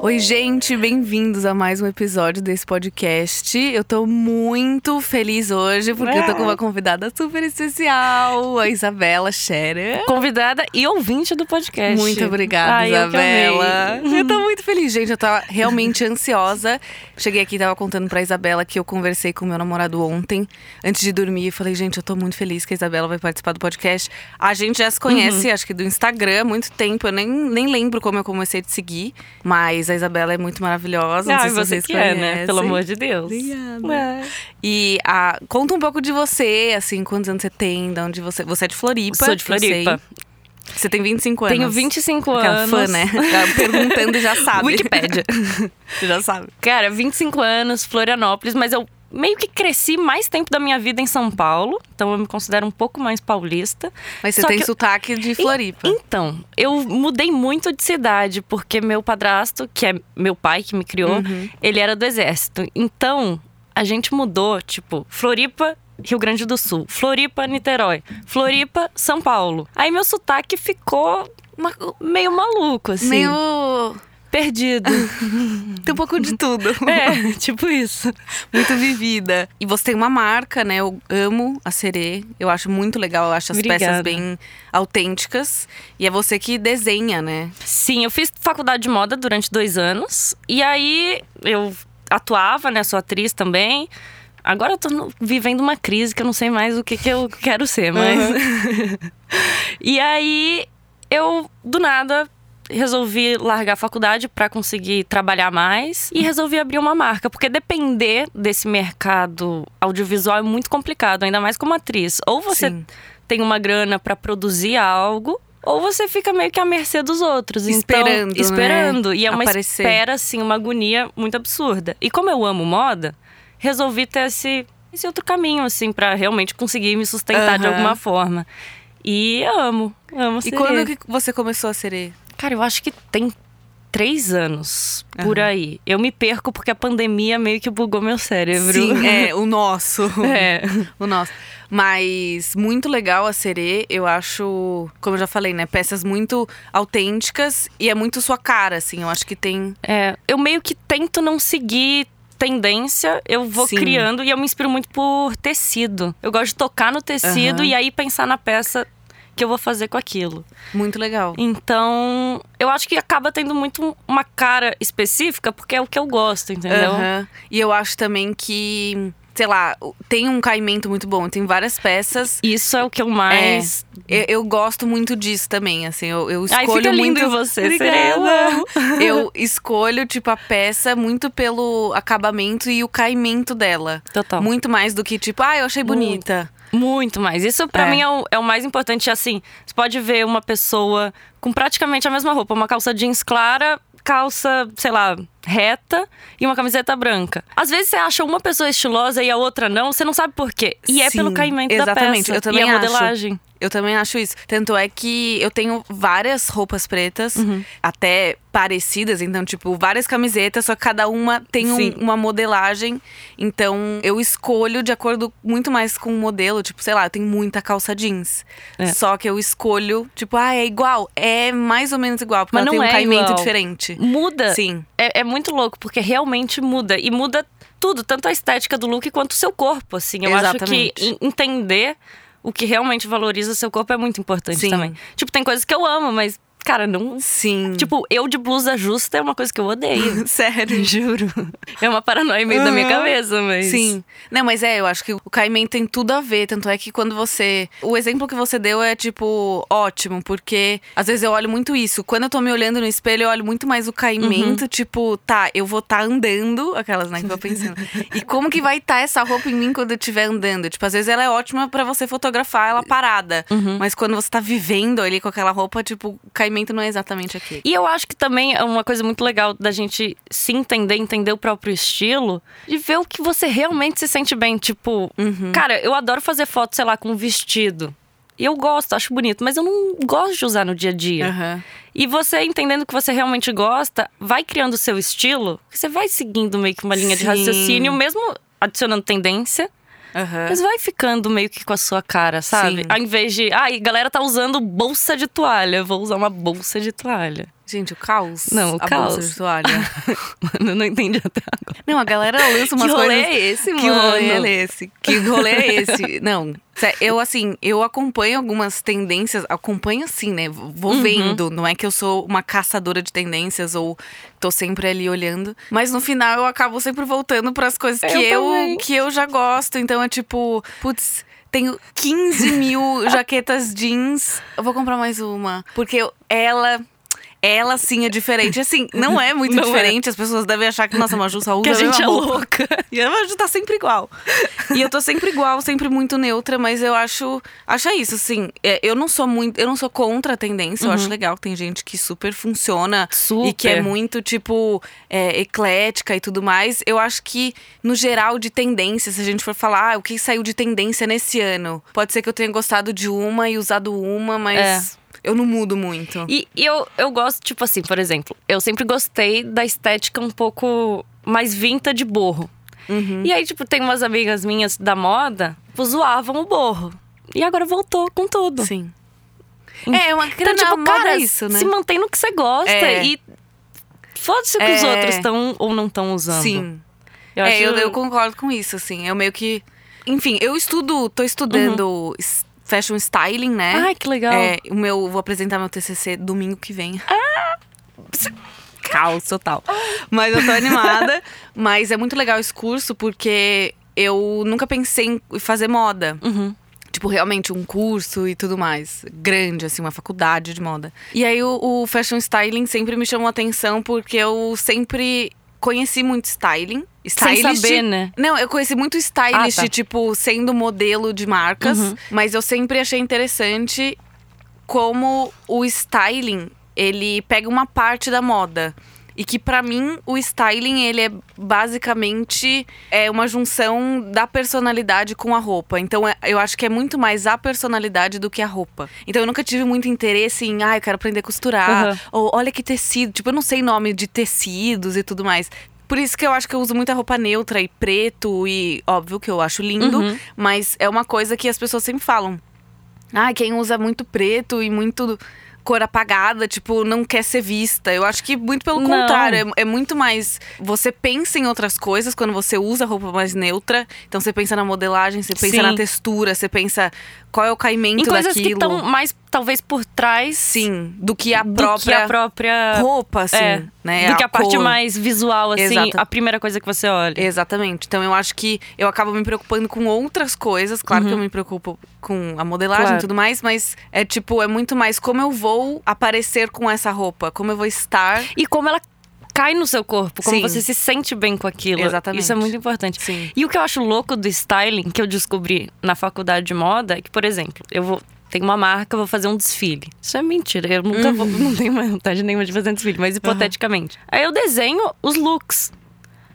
Oi, gente, bem-vindos a mais um episódio desse podcast. Eu tô muito feliz hoje porque eu tô com uma convidada super especial, a Isabela Scherer. Convidada e ouvinte do podcast. Muito obrigada, É, Ai, eu que Isabela. amei. Eu, tô muito feliz, gente. Eu tava realmente ansiosa. Cheguei aqui e tava contando pra Isabela que eu conversei com meu namorado ontem, antes de dormir. E falei, gente, eu tô muito feliz que a Isabela vai participar do podcast. A gente já se Uhum. conhece, acho que do Instagram, há muito tempo. Eu nem, nem lembro como eu comecei a te seguir. Mas a Isabela é muito maravilhosa. Não Ah, sei e se você vocês que é, conhecem. né? Pelo amor de Deus. Obrigada. É. E ah, conta um pouco de você, assim, quantos anos você tem, de onde você. Você é de Floripa. Sou de que eu sei. Floripa. Você tem 25 anos. Tenho 25 Aquela anos. fã, né? Tá perguntando e já sabe. Wikipédia. Você já sabe. Cara, 25 anos, Florianópolis, mas eu meio que cresci mais tempo da minha vida em São Paulo, então eu me considero um pouco mais paulista. Mas você Só tem que- sotaque de Floripa. Então, eu mudei muito de cidade, porque meu padrasto, que é meu pai que me criou, ele era do exército. Então, a gente mudou, tipo, Floripa, Rio Grande do Sul, Floripa, Niterói, Floripa, São Paulo. Aí meu sotaque ficou Uma- meio maluco, assim. meio. perdido. Tem um pouco de tudo. é, tipo isso. Muito vivida. E você tem uma marca, né? Eu amo a Serê. Eu acho muito legal. Eu acho as peças Obrigada. bem autênticas. E é você que desenha, né? Sim, eu fiz faculdade de moda durante dois anos. E aí eu atuava, né? Sou atriz também. Agora eu tô no- vivendo uma crise que eu não sei mais o que, que eu quero ser, mas. e aí eu, do nada, resolvi largar a faculdade pra conseguir trabalhar mais e resolvi abrir uma marca, porque depender desse mercado audiovisual é muito complicado, ainda mais como atriz. Ou você Sim. tem uma grana pra produzir algo, ou você fica meio que à mercê dos outros. Esperando, né? Então, esperando. E é uma Aparecer. espera, assim, uma agonia muito absurda. E como eu amo moda, resolvi ter esse, esse outro caminho, assim, pra realmente conseguir me sustentar de Aham. alguma forma. E eu amo, amo E ser quando ele. que você começou a Serê? Cara, eu acho que tem três anos por Aham. aí. Eu me perco porque a pandemia meio que bugou meu cérebro. Sim, é, o nosso. É. O nosso. Mas muito legal a Serê, eu acho, como eu já falei, né? Peças muito autênticas e é muito sua cara, assim. Eu acho que tem. É, eu meio que tento não seguir tendência, eu vou Sim. criando e eu me inspiro muito por tecido. Eu gosto de tocar no tecido Aham. e aí pensar na peça que eu vou fazer com aquilo. Muito legal. Então, eu acho que acaba tendo muito uma cara específica porque é o que eu gosto, entendeu? Aham. E eu acho também que, sei lá, o- tem um caimento muito bom, tem várias peças. Isso é o que eu mais. Eu, eu gosto muito disso também, assim. Eu, eu Ai, escolho fica muito. lindo em você, Obrigada. Serena. Eu escolho, tipo, a peça muito pelo acabamento e o caimento dela. Total. Muito mais do que, tipo, ah, eu achei Muito. bonita. Muito mais. Isso pra É. mim é o, é o mais importante. Assim, você pode ver uma pessoa com praticamente a mesma roupa, uma calça jeans clara, calça, sei lá, reta e uma camiseta branca. Às vezes você acha uma pessoa estilosa e a outra não, você não sabe por quê. E é Sim, pelo caimento exatamente. da peça Eu também e a acho. modelagem. Eu também acho isso. Tanto é que eu tenho várias roupas pretas, Uhum. até parecidas, então, tipo, várias camisetas, só que cada uma tem um- Sim. uma modelagem. Então, eu escolho de acordo muito mais com o modelo. Tipo, sei lá, eu tenho muita calça jeans. É. Só que eu escolho, tipo, ah, é igual. É mais ou menos igual, porque Mas ela não tem um é caimento igual. diferente. Muda. Sim. É, é muito louco, porque realmente muda. E muda tudo, tanto a estética do look quanto o seu corpo, assim. Eu Exatamente. acho que en- entender o que realmente valoriza o seu corpo é muito importante Sim. também. Tipo, tem coisas que eu amo, mas, cara, não. Sim. Tipo, eu de blusa justa é uma coisa que eu odeio. sério. Juro. É uma paranoia meio da minha Aham. cabeça, mas. Sim. Não, mas é, eu acho que o caimento tem tudo a ver. Tanto é que quando você. O exemplo que você deu é, tipo, ótimo, porque às vezes eu olho muito isso. Quando eu tô me olhando no espelho, eu olho muito mais o caimento, Uhum. tipo, tá, eu vou tá andando, aquelas, né, que eu tô pensando. e como que vai estar essa roupa em mim quando eu estiver andando? Tipo, às vezes ela é ótima pra você fotografar ela parada. Uhum. Mas quando você tá vivendo ali com aquela roupa, tipo, o caimento não é exatamente aquele. E eu acho que também é uma coisa muito legal da gente se entender, entender o próprio estilo e ver o que você realmente se sente bem. Tipo, Uhum. cara, eu adoro fazer foto, sei lá, com um vestido. E eu gosto, acho bonito, mas eu não gosto de usar no dia a dia. Aham. E você entendendo o que você realmente gosta, vai criando o seu estilo, você vai seguindo meio que uma linha Sim. de raciocínio, mesmo adicionando tendência, Aham. mas vai ficando meio que com a sua cara, sabe? É. Sim. Ao invés de, ai, galera tá usando bolsa de toalha, vou usar uma bolsa de toalha. Gente, o caos. Não, o a caos. bolsa de toalha. Mano, eu não entendi até agora. Não, a galera lança umas que rolê coisas. é esse, mano? Que rolê é esse? Que rolê é esse? Não. sé- Eu, assim, eu acompanho algumas tendências. Acompanho assim, né? Vou Uhum. vendo. Não é que eu sou uma caçadora de tendências ou tô sempre ali olhando. Mas no final eu acabo sempre voltando pras coisas que Eu eu, também. que eu já gosto. Então é tipo, putz. Tenho 15 mil jaquetas jeans. Eu vou comprar mais uma. Porque eu- ela. Ela sim é diferente. Assim, não é muito Não é. diferente. As pessoas devem achar que, nossa, a Maju só usa Que a mesma gente é roupa. louca. E a Maju tá sempre igual. E eu tô sempre igual, sempre muito neutra, mas eu acho. Acho é isso, assim. é, eu não sou muito. Eu não sou contra a tendência. Eu acho legal que tem gente que super funciona. E que é Uhum. Super. muito, tipo, é, eclética e tudo mais. Eu acho que, no geral, de tendência, se a gente for falar, ah, o que saiu de tendência nesse ano? Pode ser que eu tenha gostado de uma e usado uma, mas eu não mudo muito. É. E, e eu, eu gosto, tipo assim, por exemplo, eu sempre gostei da estética um pouco mais vinta de borro. E aí, tipo, tem umas amigas minhas da moda, tipo, zoavam o borro. E agora voltou com tudo. Sim. É, uma Então, grana- tipo, moda é cara, isso, né? se mantém no que você gosta É. e foda-se o que os É. outros estão ou não estão usando. Sim. Eu é, acho- eu, eu concordo com isso, assim. Eu meio que. Enfim, eu estudo, tô estudando s- fashion styling, né? Uhum. Ai, que legal. É, o meu, vou apresentar meu TCC domingo que vem. Ah! Caos total. Mas eu tô animada. mas é muito legal esse curso porque eu nunca pensei em fazer moda. Uhum. Tipo, realmente um curso e tudo mais. Grande, assim, uma faculdade de moda. E aí o, o fashion styling sempre me chamou atenção porque eu sempre conheci muito styling. Sem Stylist, saber, né? não, eu conheci muito stylist, Ah, tá. Uhum. tipo, sendo modelo de marcas, mas eu sempre achei interessante como o styling, ele pega uma parte da moda. E que pra mim o styling ele é basicamente é uma junção da personalidade com a roupa. Então é- eu acho que é muito mais a personalidade do que a roupa. Então eu nunca tive muito interesse em, ah, eu quero aprender a costurar, Uhum. ou olha que tecido, tipo, eu não sei nome de tecidos e tudo mais. Por isso que eu acho que eu uso muita roupa neutra e preto e óbvio que eu acho lindo, Uhum. mas é uma coisa que as pessoas sempre falam. Ah, quem usa muito preto e muito cor apagada, tipo, não quer ser vista. Eu acho que muito pelo Não. contrário, é, é muito mais você pensa em outras coisas quando você usa roupa mais neutra. Então você pensa na modelagem, você pensa Sim. na textura, você pensa qual é o caimento Em coisas que daquilo. estão mais, talvez, por trás Sim, do que a do própria que a própria roupa, assim, É, né? do que a, parte cor. mais visual, assim, Exato. a primeira coisa que você olha. Exatamente. Então eu acho que eu acabo me preocupando com outras coisas. Claro que eu me preocupo com a modelagem e Uhum. Claro. tudo mais, mas é tipo, é muito mais como eu vou aparecer com essa roupa, como eu vou estar. E como ela cai no seu corpo, como Sim. você se sente bem com aquilo. Exatamente. Isso é muito importante. Sim. E o que eu acho louco do styling, que eu descobri na faculdade de moda, é que, por exemplo, eu vou. Tem uma marca, eu vou fazer um desfile. Isso é mentira. Eu nunca vou. Uhum. Não tenho uma vontade nenhuma de fazer um desfile, mas hipoteticamente. Aí eu desenho os looks.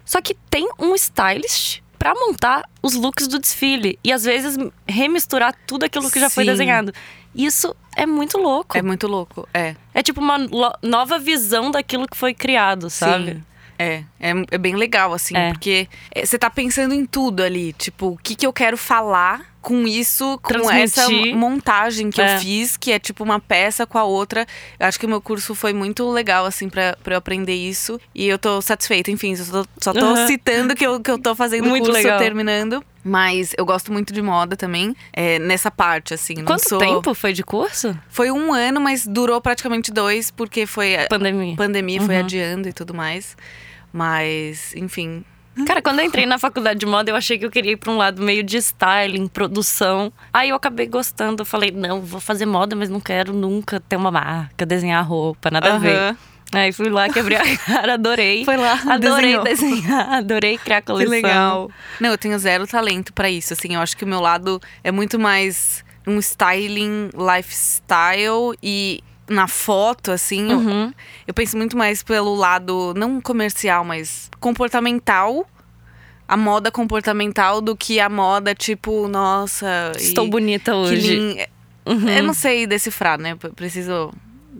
Só que tem um stylist pra montar os looks do desfile. E às vezes remisturar tudo aquilo que já foi Sim. desenhado. Isso é muito louco. É muito louco. É. É tipo uma lo- nova visão daquilo que foi criado, sabe? Sim. É, é, é bem legal, assim, É. porque é, você tá pensando em tudo ali. Tipo, o que, que eu quero falar com isso, com essa Transmitir. montagem que eu É. fiz, que é tipo uma peça com a outra. Eu acho que o meu curso foi muito legal, assim, pra, pra eu aprender isso. E eu tô satisfeita, enfim, só tô, só tô Aham. citando que eu, que eu tô fazendo o Muito curso, legal. terminando. Mas eu gosto muito de moda também, é, nessa parte, assim. não Quanto sou- tempo foi de curso? Foi um ano, mas durou praticamente dois, porque foi Pandemia. pandemia foi Uhum. adiando e tudo mais. Mas, enfim. Cara, quando eu entrei na faculdade de moda, eu achei que eu queria ir pra um lado meio de styling, produção. Aí eu acabei gostando. Eu falei, não, vou fazer moda, mas não quero nunca ter uma marca, desenhar roupa, nada a ver. Aham. Aí fui lá, quebrei a cara, adorei. Foi lá, adorei desenhou. desenhar, adorei criar Que coleção. legal. Não, eu tenho zero talento pra isso, assim. Eu acho que o meu lado é muito mais um styling, lifestyle e na foto, assim, Uhum. eu- eu, penso muito mais pelo lado não comercial, mas comportamental. A moda comportamental do que a moda tipo, nossa, Estou e bonita que hoje. Uhum. lin- Eu não sei decifrar, né? Preciso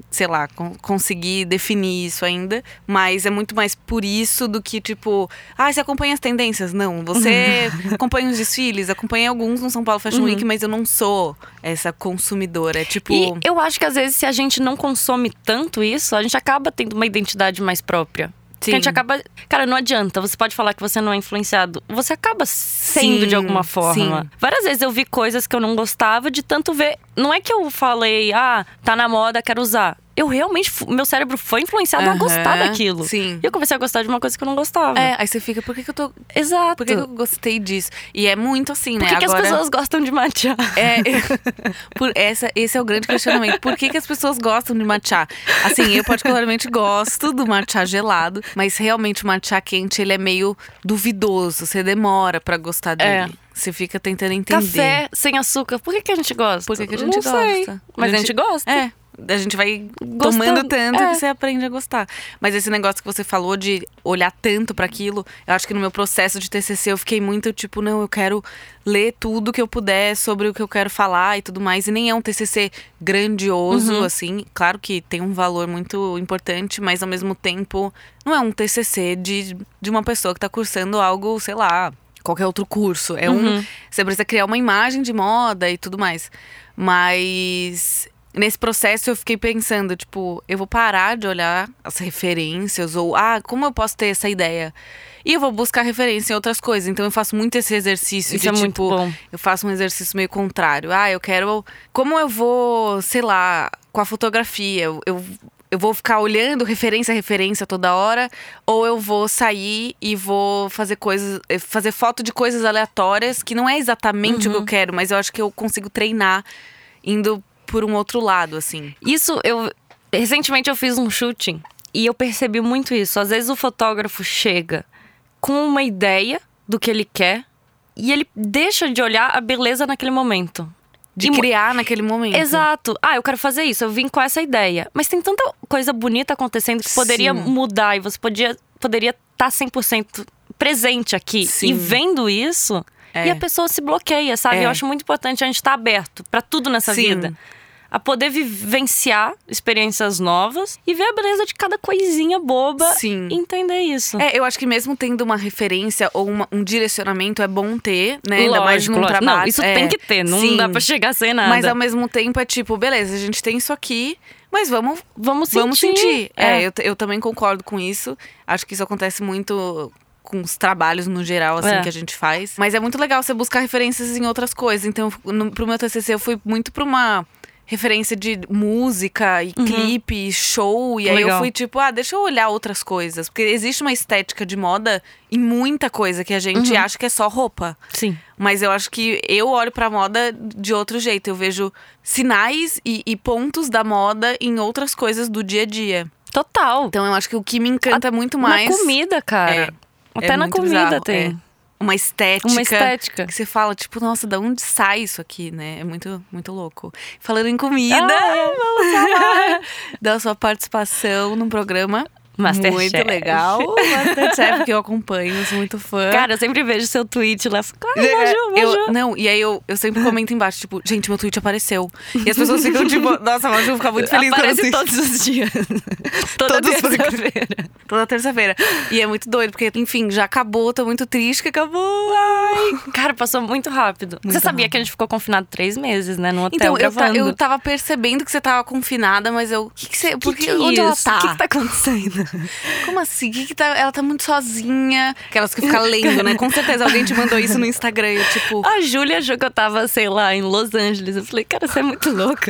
sei lá, con conseguir definir isso ainda, mas é muito mais por isso do que tipo, ah, você acompanha as tendências? Não, você acompanha os desfiles, acompanha alguns no São Paulo Fashion Week, mas eu não sou essa consumidora, é tipo, Uhum. E eu acho que às vezes se a gente não consome tanto isso, a gente acaba tendo uma identidade mais própria. Porque Sim. A gente acaba. Cara, não adianta. Você pode falar que você não é influenciado. Você acaba sendo Sim, de alguma forma. sim. Várias vezes eu vi coisas que eu não gostava de tanto ver. Não é que eu falei, ah, tá na moda, quero usar. Eu realmente. fu- Meu cérebro foi influenciado a Aham, gostar daquilo. sim. E eu comecei a gostar de uma coisa que eu não gostava. é, aí você fica, por que, que eu tô, Exato. por que, que eu gostei disso? E é muito assim, né? Por que que Agora... as pessoas gostam de matear? É, por essa, esse é o grande questionamento. Por que, que as pessoas gostam de matcha? Assim, eu particularmente gosto do matcha gelado, mas realmente o matcha quente ele é meio duvidoso. Você demora pra gostar dele. É. Você fica tentando entender. Café sem açúcar. Por que, que a gente gosta? Por que, que a gente não gosta? sei, Mas a gente, gosta. É. A gente vai Gostando, tomando tanto é. que você aprende a gostar. Mas esse negócio que você falou de olhar tanto pra aquilo, eu acho que no meu processo de TCC eu fiquei muito tipo, não, eu quero ler tudo que eu puder sobre o que eu quero falar e tudo mais. E nem é um TCC grandioso, Uhum. assim. Claro que tem um valor muito importante, mas ao mesmo tempo não é um TCC de, de uma pessoa que tá cursando algo, sei lá, qualquer outro curso. É Uhum. um. Você precisa criar uma imagem de moda e tudo mais. Mas nesse processo eu fiquei pensando, tipo, eu vou parar de olhar as referências, ou ah, como eu posso ter essa ideia? E eu vou buscar referência em outras coisas. Então eu faço muito esse exercício Isso de é muito tipo. bom. Eu faço um exercício meio contrário. Ah, eu quero. Como eu vou, sei lá, com a fotografia? Eu, eu, eu vou ficar olhando referência a referência toda hora? Ou eu vou sair e vou fazer coisas. eh, fazer foto de coisas aleatórias, que não é exatamente Uhum. o que eu quero, mas eu acho que eu consigo treinar indo por um outro lado, assim. Isso eu recentemente eu fiz um shooting e eu percebi muito isso. Às vezes o fotógrafo chega com uma ideia do que ele quer e ele deixa de olhar a beleza naquele momento. De E mu- criar naquele momento. Exato. Ah, eu quero fazer isso, eu vim com essa ideia. Mas tem tanta coisa bonita acontecendo que poderia Sim. mudar e você podia, poderia tá estar 100% presente aqui. Sim. E vendo isso, É. e a pessoa se bloqueia, sabe? É. Eu acho muito importante a gente estar aberto pra tudo nessa Sim. vida. A poder vivenciar experiências novas e ver a beleza de cada coisinha boba Sim. e entender isso. É, eu acho que mesmo tendo uma referência ou uma- um direcionamento é bom ter, né? Ainda mais num Lógico, lógico. trabalho. Não, isso É, tem que ter, não sim. dá pra chegar sem nada. Mas ao mesmo tempo é tipo, beleza, a gente tem isso aqui, mas vamos, Vamos sentir. vamos sentir. É, É. eu, t- eu também concordo com isso. Acho que isso acontece muito com os trabalhos no geral, assim, É. que a gente faz. Mas é muito legal você buscar referências em outras coisas. Então, no, pro meu TCC, eu fui muito pra uma referência de música e clipe e show. E aí eu Uhum. Legal. fui tipo, ah, deixa eu olhar outras coisas. Porque existe uma estética de moda em muita coisa que a gente Uhum. acha que é só roupa. Sim. Mas eu acho que eu olho pra moda de outro jeito. Eu vejo sinais e, e pontos da moda em outras coisas do dia a dia. Total. Então eu acho que o que me encanta muito mais. Na comida, cara. é Até na muito comida bizarro, tem. é. Uma estética. Uma estética. Que você fala, tipo, nossa, da onde sai isso aqui, né? É muito, muito louco. Falando em comida, Ah, é. vamos falar da sua participação num programa. Masterchef. muito legal. Masterchef, que eu acompanho, sou muito fã. Cara, eu sempre vejo seu tweet lá. fico, Ai, É, Maju, Maju. eu- não, e aí eu, eu sempre comento embaixo, tipo, gente, meu tweet apareceu. E as pessoas ficam tipo, nossa, a Maju fica muito feliz quando Aparece eu todos os dias. Toda Todos os terça-feira. Toda terça-feira. E é muito doido, porque, enfim, já acabou, tô muito triste que acabou. Cara, passou muito rápido. Muito você sabia rápido. que a gente ficou confinado três meses, né? No hotel Então, eu, ta- gravando. eu tava percebendo que você tava confinada, mas eu. Que que você, por que- Que que é onde isso? ela tá? O que, que tá acontecendo? Como assim? Que que tá- Ela tá muito sozinha. Aquelas que ficam lendo, né? Com certeza alguém te mandou isso no Instagram. Eu, tipo, A Júlia achou que eu tava, sei lá, em Los Angeles. Eu falei, cara, você é muito louca.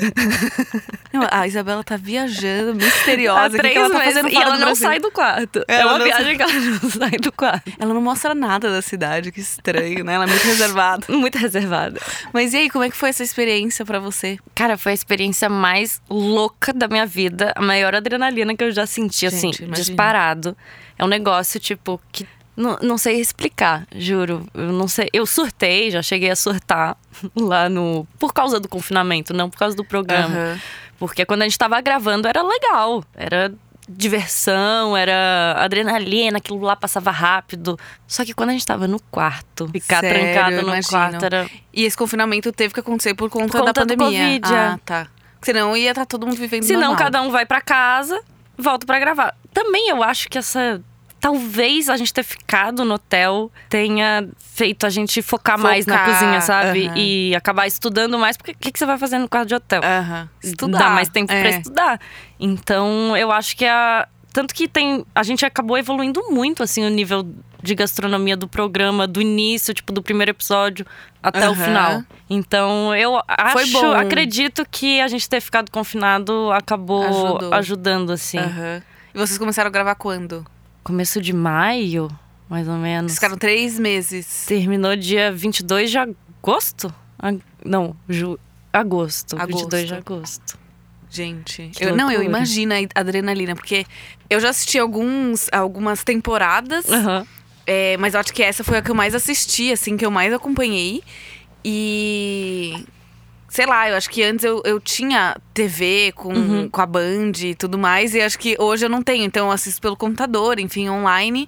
"Não, a Isabela tá viajando, misteriosa. O Há que, que ela tá fazendo e fora ela do não Brasil?" sai do quarto. Ela é uma não viagem que ela não sai do quarto. Ela não mostra nada da cidade, que estranho, né? Ela é muito reservada. Muito reservada. Mas e aí, como é que foi essa experiência pra você? Cara, foi a experiência mais louca da minha vida, a maior adrenalina que eu já senti, assim, imagina. disparado. É um negócio, tipo, que não, não sei explicar, juro. Eu não sei. Eu surtei, já cheguei a surtar lá no. Por causa do confinamento, não por causa do programa. Aham. Porque quando a gente tava gravando era legal, era diversão, era adrenalina, aquilo lá passava rápido. Só que quando a gente tava no quarto, ficar Sério, trancado no imagino. quarto era. E esse confinamento teve que acontecer por conta, Por conta da do pandemia. Covid, é. ah, tá. Senão ia estar todo mundo vivendo Senão normal. cada um vai pra casa, volta pra gravar. Também eu acho que essa. Talvez a gente ter ficado no hotel tenha feito a gente focar, mais na Focar, cozinha, sabe? aham. E acabar estudando mais, porque o que, que você vai fazer no quarto de hotel? Aham. um Estudar. Dá mais tempo pra É. estudar. Então, eu acho que a. Tanto que tem. A gente acabou evoluindo muito, assim, o nível de gastronomia do programa, do início, tipo, do primeiro episódio até o Aham. final. Então, eu acho. Foi bom. Acredito que a gente ter ficado confinado acabou Ajudou. É. ajudando, assim. Aham. E vocês começaram a gravar quando? Começo de maio, mais ou menos. Vocês ficaram três meses. Terminou dia 22 de agosto? Ag- Não, ju... agosto. 22 de agosto. Gente, Que eu, não, eu loucura. imagino a adrenalina, porque eu já assisti alguns, algumas temporadas, Aham. é, mas eu acho que essa foi a que eu mais assisti, assim, que eu mais acompanhei. E. Sei lá, eu acho que antes eu, eu tinha TV com, Uhum. com a Band e tudo mais, e acho que hoje eu não tenho, então eu assisto pelo computador, enfim, online,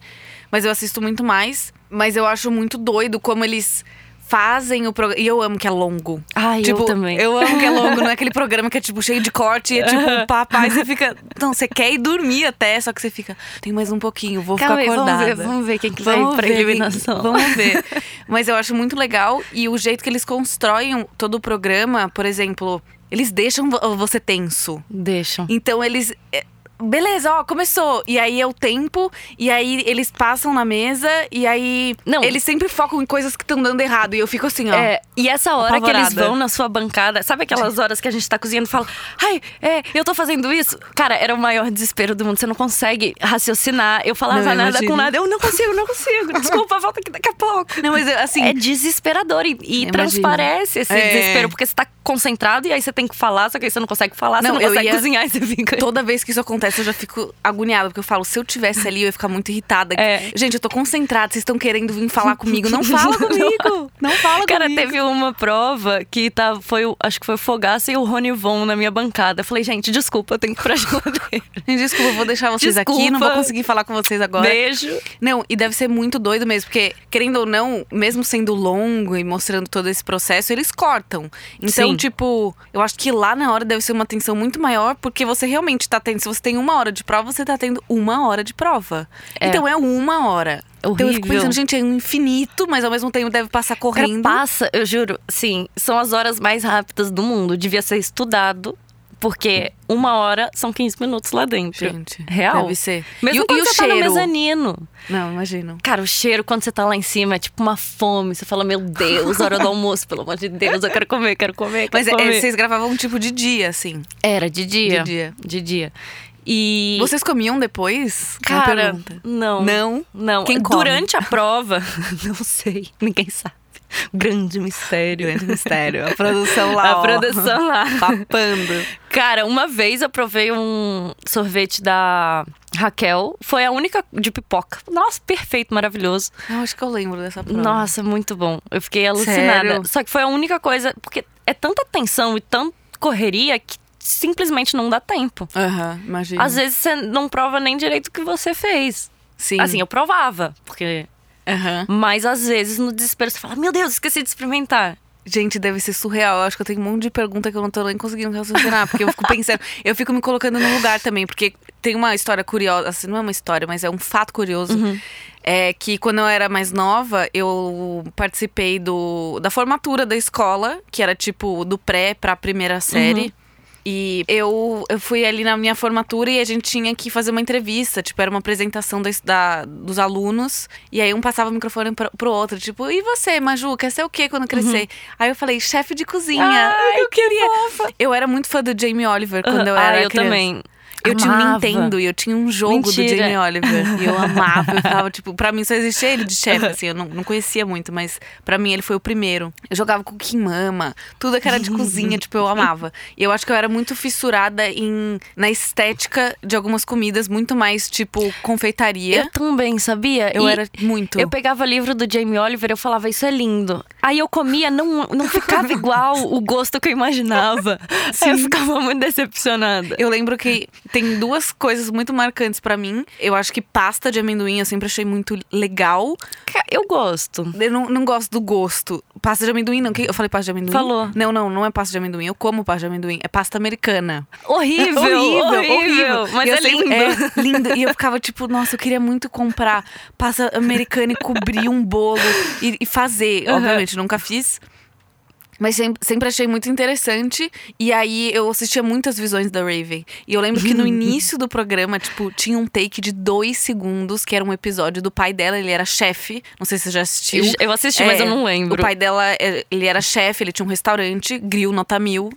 mas eu assisto muito mais. Mas eu acho muito doido como eles fazem o programa. E eu amo que é longo. Ai, Tipo, Ah, eu também. eu amo que é longo, não é aquele programa que é tipo cheio de corte e é tipo um papai. Você fica. Não, você quer ir dormir até, só que você fica. Tem mais um pouquinho, vou Calma aí, ficar acordada. Vamos ver, vamos ver quem que vai pra ver, eliminação. Vamos ver. Mas eu acho muito legal e o jeito que eles constroem todo o programa, por exemplo, eles deixam vo- você tenso. Deixam. Então eles. é, Beleza, ó, começou. E aí é o tempo, e aí eles passam na mesa, e aí. Não. Eles sempre focam em coisas que estão dando errado. E eu fico assim, ó. É, e essa hora que eles Apavorada. vão na sua bancada, sabe aquelas horas que a gente tá cozinhando e fala, ai, é, eu tô fazendo isso? Cara, era o maior desespero do mundo. Você não consegue raciocinar. Eu falava Não, eu nada imagino. com nada. Eu não consigo, não consigo. Desculpa, volta aqui daqui a pouco. Não, mas eu, assim. É desesperador e, e Imagino. transparece esse É. desespero, porque você tá concentrado e aí você tem que falar, só que aí você não consegue falar, Não, você não eu consegue ia- cozinhar e você fica. Toda vez que isso acontece, eu já fico agoniada, porque eu falo, se eu tivesse ali, eu ia ficar muito irritada. É. Gente, eu tô concentrada, vocês estão querendo vir falar comigo. Não fala comigo! Não fala Cara, comigo. teve uma prova que tá, foi, o- acho que foi o Fogaça e o Rony Von na minha bancada. Eu falei, gente, desculpa, eu tenho que ir pra geladeira. Gente, Desculpa, eu vou deixar vocês aqui, não vou Desculpa. Né? conseguir falar com vocês agora. Beijo. Não, e deve ser muito doido mesmo, porque, querendo ou não, mesmo sendo longo e mostrando todo esse processo, eles cortam. Então, Sim. tipo, eu acho que lá na hora deve ser uma tensão muito maior, porque você realmente tá tendo. Se você tem uma hora de prova, você tá tendo uma hora de prova. Então é uma hora. Então eu fico Horrível. pensando, gente, é um infinito, mas ao mesmo tempo deve passar Cara, correndo. passa, eu juro, sim, são as horas mais rápidas do mundo. Devia ser estudado, porque uma hora são 15 minutos lá dentro. Gente, Real. deve ser. E Mesmo o- quando e o você tá no cheiro? mezanino. Não, imagino. Cara, o cheiro quando você tá lá em cima é tipo uma fome. Você fala, meu Deus, hora do almoço, pelo amor de Deus, eu quero comer, quero comer, quero Mas é- é, comer. vocês gravavam um tipo de dia, assim. Era de dia. De dia. De dia. E. Vocês comiam depois? Uma Cara, pergunta. não. Não? Não. Quem come? Durante a prova, não sei, ninguém sabe. Grande mistério. Grande mistério. A produção lá. A ó, produção lá. Papando. Cara, uma vez eu provei um sorvete da Raquel. Foi a única de pipoca. Nossa, perfeito, maravilhoso. Eu acho que eu lembro dessa prova. Nossa, muito bom. Eu fiquei alucinada. Sério? Só que foi a única coisa. Porque é tanta tensão e tanta correria que simplesmente não dá tempo. Aham, imagina. Às vezes você não prova nem direito o que você fez. Sim. Assim, eu provava, porque. Aham. Mas às vezes no desespero você fala: Meu Deus, esqueci de experimentar. Gente, deve ser surreal. Eu acho que eu tenho um monte de pergunta que eu não tô nem conseguindo raciocinar, porque eu fico pensando, eu fico me colocando no lugar também, porque tem uma história curiosa, assim, não é uma história, mas é um fato curioso. É que quando eu era mais nova, eu participei do, da formatura da escola, que era tipo do pré pra primeira série. Uhum. E eu, eu fui ali na minha formatura e a gente tinha que fazer uma entrevista. Tipo, era uma apresentação da, da- dos alunos. E aí um passava o microfone pro, pro outro. Tipo, e você, Maju, quer ser o quê quando crescer? Uhum. Aí eu falei, chefe de cozinha. Ai, eu queria. Eu era muito fã do Jamie Oliver quando eu Ah, era eu criança. também. Eu tinha um Amava. Nintendo e eu tinha um jogo do Mentira. Jamie Oliver. E eu amava. Eu ficava, tipo, pra mim só existia ele de chefe, assim. Eu não, não conhecia muito, mas pra mim ele foi o primeiro. Eu jogava com Kimama, tudo que era de cozinha, tipo, eu amava. E eu acho que eu era muito fissurada em, na estética de algumas comidas, muito mais, tipo, confeitaria. Eu tipo- também, sabia? Eu, E era muito. Eu pegava livro do Jamie Oliver, eu falava, isso é lindo. Aí eu comia, não, não ficava igual o gosto que eu imaginava. Aí eu ficava muito decepcionada. Eu lembro que tem duas coisas muito marcantes pra mim. Eu acho que pasta de amendoim eu sempre achei muito legal. Ca- Eu gosto. Eu não, não gosto do gosto. Pasta de amendoim, não. Que- Eu falei pasta de amendoim? Falou. Não, não, não é pasta de amendoim. Eu como pasta de amendoim. É pasta americana. Horrível, horrível, Mas E eu é sempre- lindo. É lindo. E eu ficava tipo, nossa, eu queria muito comprar pasta americana e cobrir um bolo e, e fazer. Uhum. Obviamente, nunca fiz. Mas sempre, sempre achei muito interessante. E aí eu assistia muitas visões da Raven. E eu lembro que no início do programa, tipo, tinha um take de dois segundos, que era um episódio do pai dela, ele era chefe. Não sei se você já assistiu. Eu assisti, mas eu não lembro. É, O pai dela, é, ele era chefe, ele tinha um restaurante, grill nota mil.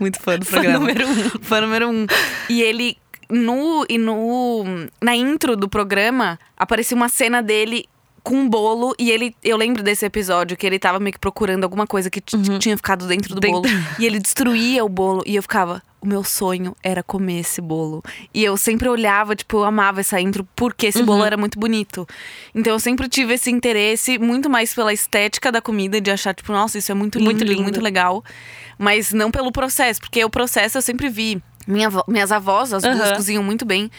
muito fã do Fã número um. Fã número um. E ele. No, e no, na intro do programa, aparecia uma cena dele com um bolo. E ele. Eu lembro desse episódio que ele tava meio que procurando alguma coisa que t- tinha ficado dentro do Uhum. Dentro. bolo. E ele destruía o bolo. E eu ficava. O meu sonho era comer esse bolo. E eu sempre olhava, tipo, eu amava essa intro porque esse Uhum. bolo era muito bonito. Então eu sempre tive esse interesse, muito mais pela estética da comida, de achar, tipo, nossa, isso é muito lindo, Muito muito, lindo. muito legal. Mas não pelo processo, porque o processo eu sempre vi. Minha avó- minhas avós, as duas Aham. cozinham muito bem.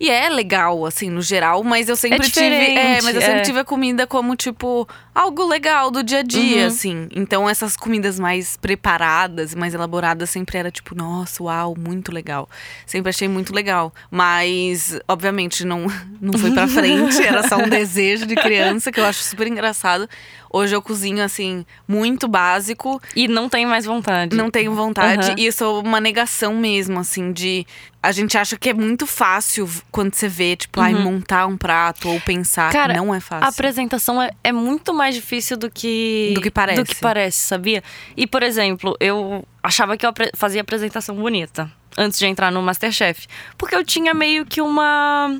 E é legal, assim, no geral, mas eu sempre tive. É, diferente, mas eu sempre é. tive a comida como, tipo, algo legal do dia a dia, Uhum. assim. Então essas comidas mais preparadas, mais elaboradas, sempre era tipo, nossa, uau, muito legal. Sempre achei muito legal. Mas, obviamente, não, não foi pra frente, era só um desejo de criança, que eu acho super engraçado. Hoje eu cozinho, assim, muito básico. E não tem mais vontade. Não tenho vontade. Aham. E eu sou uma negação mesmo, assim, de. A gente acha que é muito fácil v- quando você vê, tipo, ai, montar um prato ou pensar. Uhum. Cara, não é A fácil. apresentação é, é muito mais difícil do que. Do que parece. Do que parece, sabia? E, por exemplo, eu achava que eu apre- fazia apresentação bonita antes de entrar no Masterchef. Porque eu tinha meio que uma.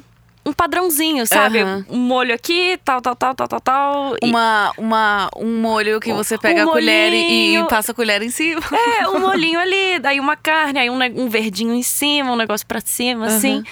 Um padrãozinho, sabe? Aham. Um Um molho aqui, tal, tal, tal, tal, tal, tal. e- Uma, uma, um molho que você Um pega a colher e, e molhinho. passa a colher em cima. É, um molhinho ali, daí uma carne, aí um, ne- um verdinho em cima, um negócio pra cima, assim.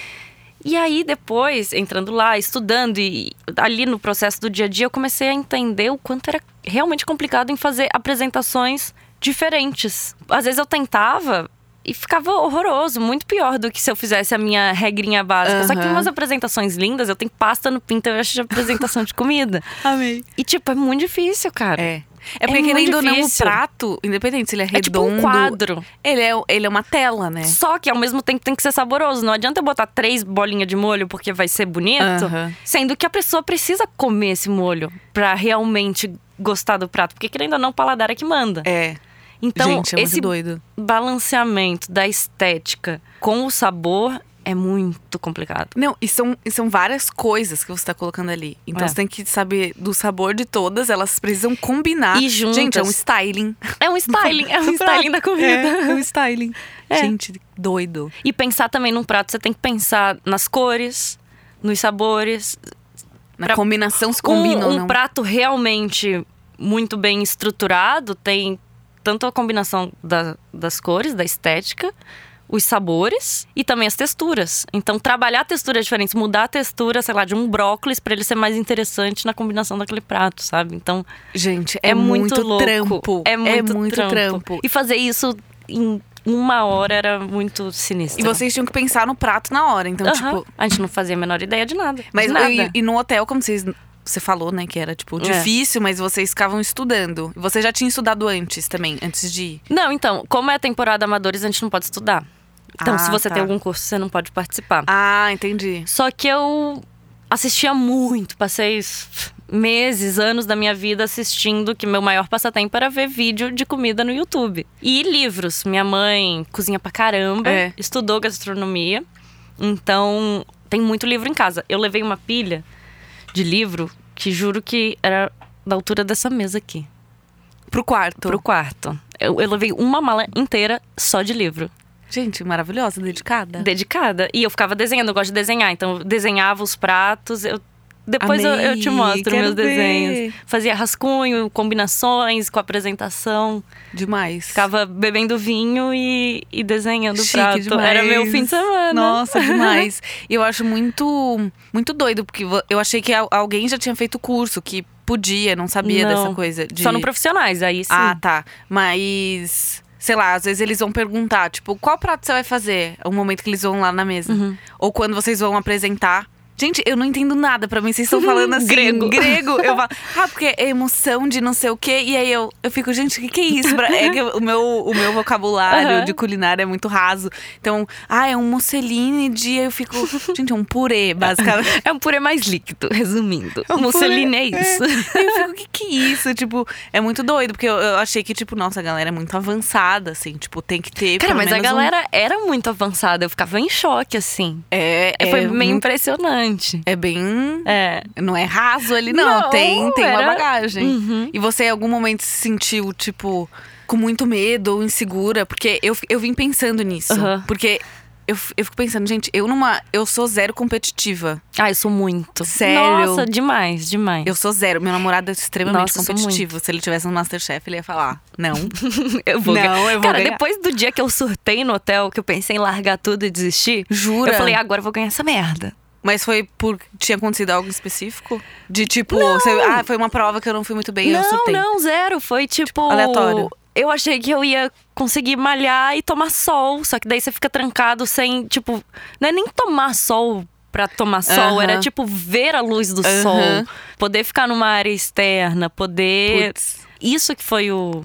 E aí depois, entrando lá, estudando e ali no processo do dia a dia, eu comecei a entender o quanto era realmente complicado em fazer apresentações diferentes. Às vezes eu tentava e ficava horroroso, muito pior do que se eu fizesse a minha regrinha básica. Só que tem Aham. umas apresentações lindas, eu tenho pasta no Pinterest de apresentação de comida. Amei. E tipo, é muito difícil, cara. É. É porque, muito querendo ou não, o difícil. prato, independente se ele é É tipo redondo. um quadro. Ele é, ele é uma tela, né? Só que ao mesmo tempo tem que ser saboroso. Não adianta eu botar três bolinhas de molho porque vai ser bonito. Aham. Sendo que a pessoa precisa comer esse molho pra realmente gostar do prato. Porque querendo ou não, o paladar é que manda. É. Então, gente, é muito esse doido. balanceamento da estética com o sabor é muito complicado. Não, e são, e são várias coisas que você tá colocando ali. Então É. você tem que saber do sabor de todas, elas precisam combinar. E Gente, é um juntas. styling. É um styling, é um styling da comida. É, é um styling. É. Gente, doido. E pensar também num prato, você tem que pensar nas cores, nos sabores, Na Pra- combinação se combina um, ou um não. prato realmente muito bem estruturado tem tanto a combinação da- das cores, da estética, os sabores e também as texturas. Então, trabalhar texturas diferentes, mudar a textura, sei lá, de um brócolis pra ele ser mais interessante na combinação daquele prato, sabe? Então, Gente, é, é, muito, louco. trampo. É muito, trampo. E fazer isso em uma hora era muito sinistro. E vocês tinham que pensar no prato na hora. Então, Aham. tipo. a gente não fazia a menor ideia de nada. Mas de nada. E, e no hotel, como vocês. Você falou, né, que era, tipo, É. difícil, mas vocês ficavam estudando. Você já tinha estudado antes também, antes de ir. Não, então, como é a temporada amadores, a gente não pode estudar. Então, Ah, se você tá. tem algum curso, você não pode participar. Ah, entendi. Só que eu assistia muito, passei pff, meses, anos da minha vida assistindo, que meu maior passatempo era ver vídeo de comida no YouTube. E livros. Minha mãe cozinha pra caramba, É. estudou gastronomia. Então, tem muito livro em casa. Eu levei uma pilha de livro que juro que era da altura dessa mesa aqui Pro quarto. pro quarto. Eu, eu levei uma mala inteira só de livro, Gente, maravilhosa, dedicada. dedicada. E eu ficava desenhando, eu gosto de desenhar. Então, eu desenhava os pratos, eu Depois eu, eu te Amei, mostro quero meus ver. desenhos. Fazia rascunho, combinações com a apresentação. Demais. Ficava bebendo vinho e, e desenhando o Chique prato. demais. Era meu fim de semana. Nossa, demais. E eu acho muito, muito doido, porque vo- eu achei que al- alguém já tinha feito curso, que podia, não sabia Não. dessa coisa. De... Só no profissionais, aí sim. Ah, tá. Mas, sei lá, às vezes eles vão perguntar, tipo, qual prato você vai fazer? É o momento que eles vão lá na mesa. Uhum. Ou quando vocês vão apresentar. Gente, eu não entendo nada. Pra mim, vocês estão falando assim, Grego. grego. Eu falo, ah, porque é emoção de não sei o quê. E aí eu, eu fico, gente, o que, que é isso? Pra- É que eu- o meu, o meu vocabulário Aham. de culinária é muito raso. Então, ah, é um musseline de. Aí eu fico, gente, é um purê, basicamente. É um purê mais líquido, resumindo. um Mussolini purê- é isso. Aí eu fico, o que que é isso? Tipo, é muito doido, porque eu, eu achei que, tipo, nossa, a galera é muito avançada, assim, tipo, tem que ter. Cara, pelo mas a menos um- galera era muito avançada. Eu ficava em choque, assim. É, é, Foi meio muito- impressionante. É bem. É. Não é raso ali, não. Não, tem tem uma era- bagagem. Uhum. E você, em algum momento, se sentiu, tipo, com muito medo ou insegura? Porque eu, fi- eu vim pensando nisso. Aham. Porque. Eu, fi- eu fico pensando, gente, eu numa. Eu sou zero competitiva. Ah, eu sou muito. Sério? Nossa, demais, demais. Eu sou zero. Meu namorado é extremamente Nossa, eu sou competitivo. Se ele tivesse no Masterchef, ele ia falar, não. Eu Não, ganhar. eu vou Cara, ganhar. depois do dia que eu surtei no hotel, que eu pensei em largar tudo e desistir, Jura? eu falei, agora eu vou ganhar essa merda. Mas foi por. Tinha acontecido algo específico? De tipo, você- ah, foi uma prova que eu não fui muito bem, eu não, surtei. não, zero. Foi tipo. aleatório. Eu achei que eu ia conseguir malhar e tomar sol. Só que daí você fica trancado sem, tipo. Não é nem tomar sol pra tomar sol. Aham. Era tipo ver a luz do Aham. sol. Poder ficar numa área externa, poder. Putz, Isso que foi o,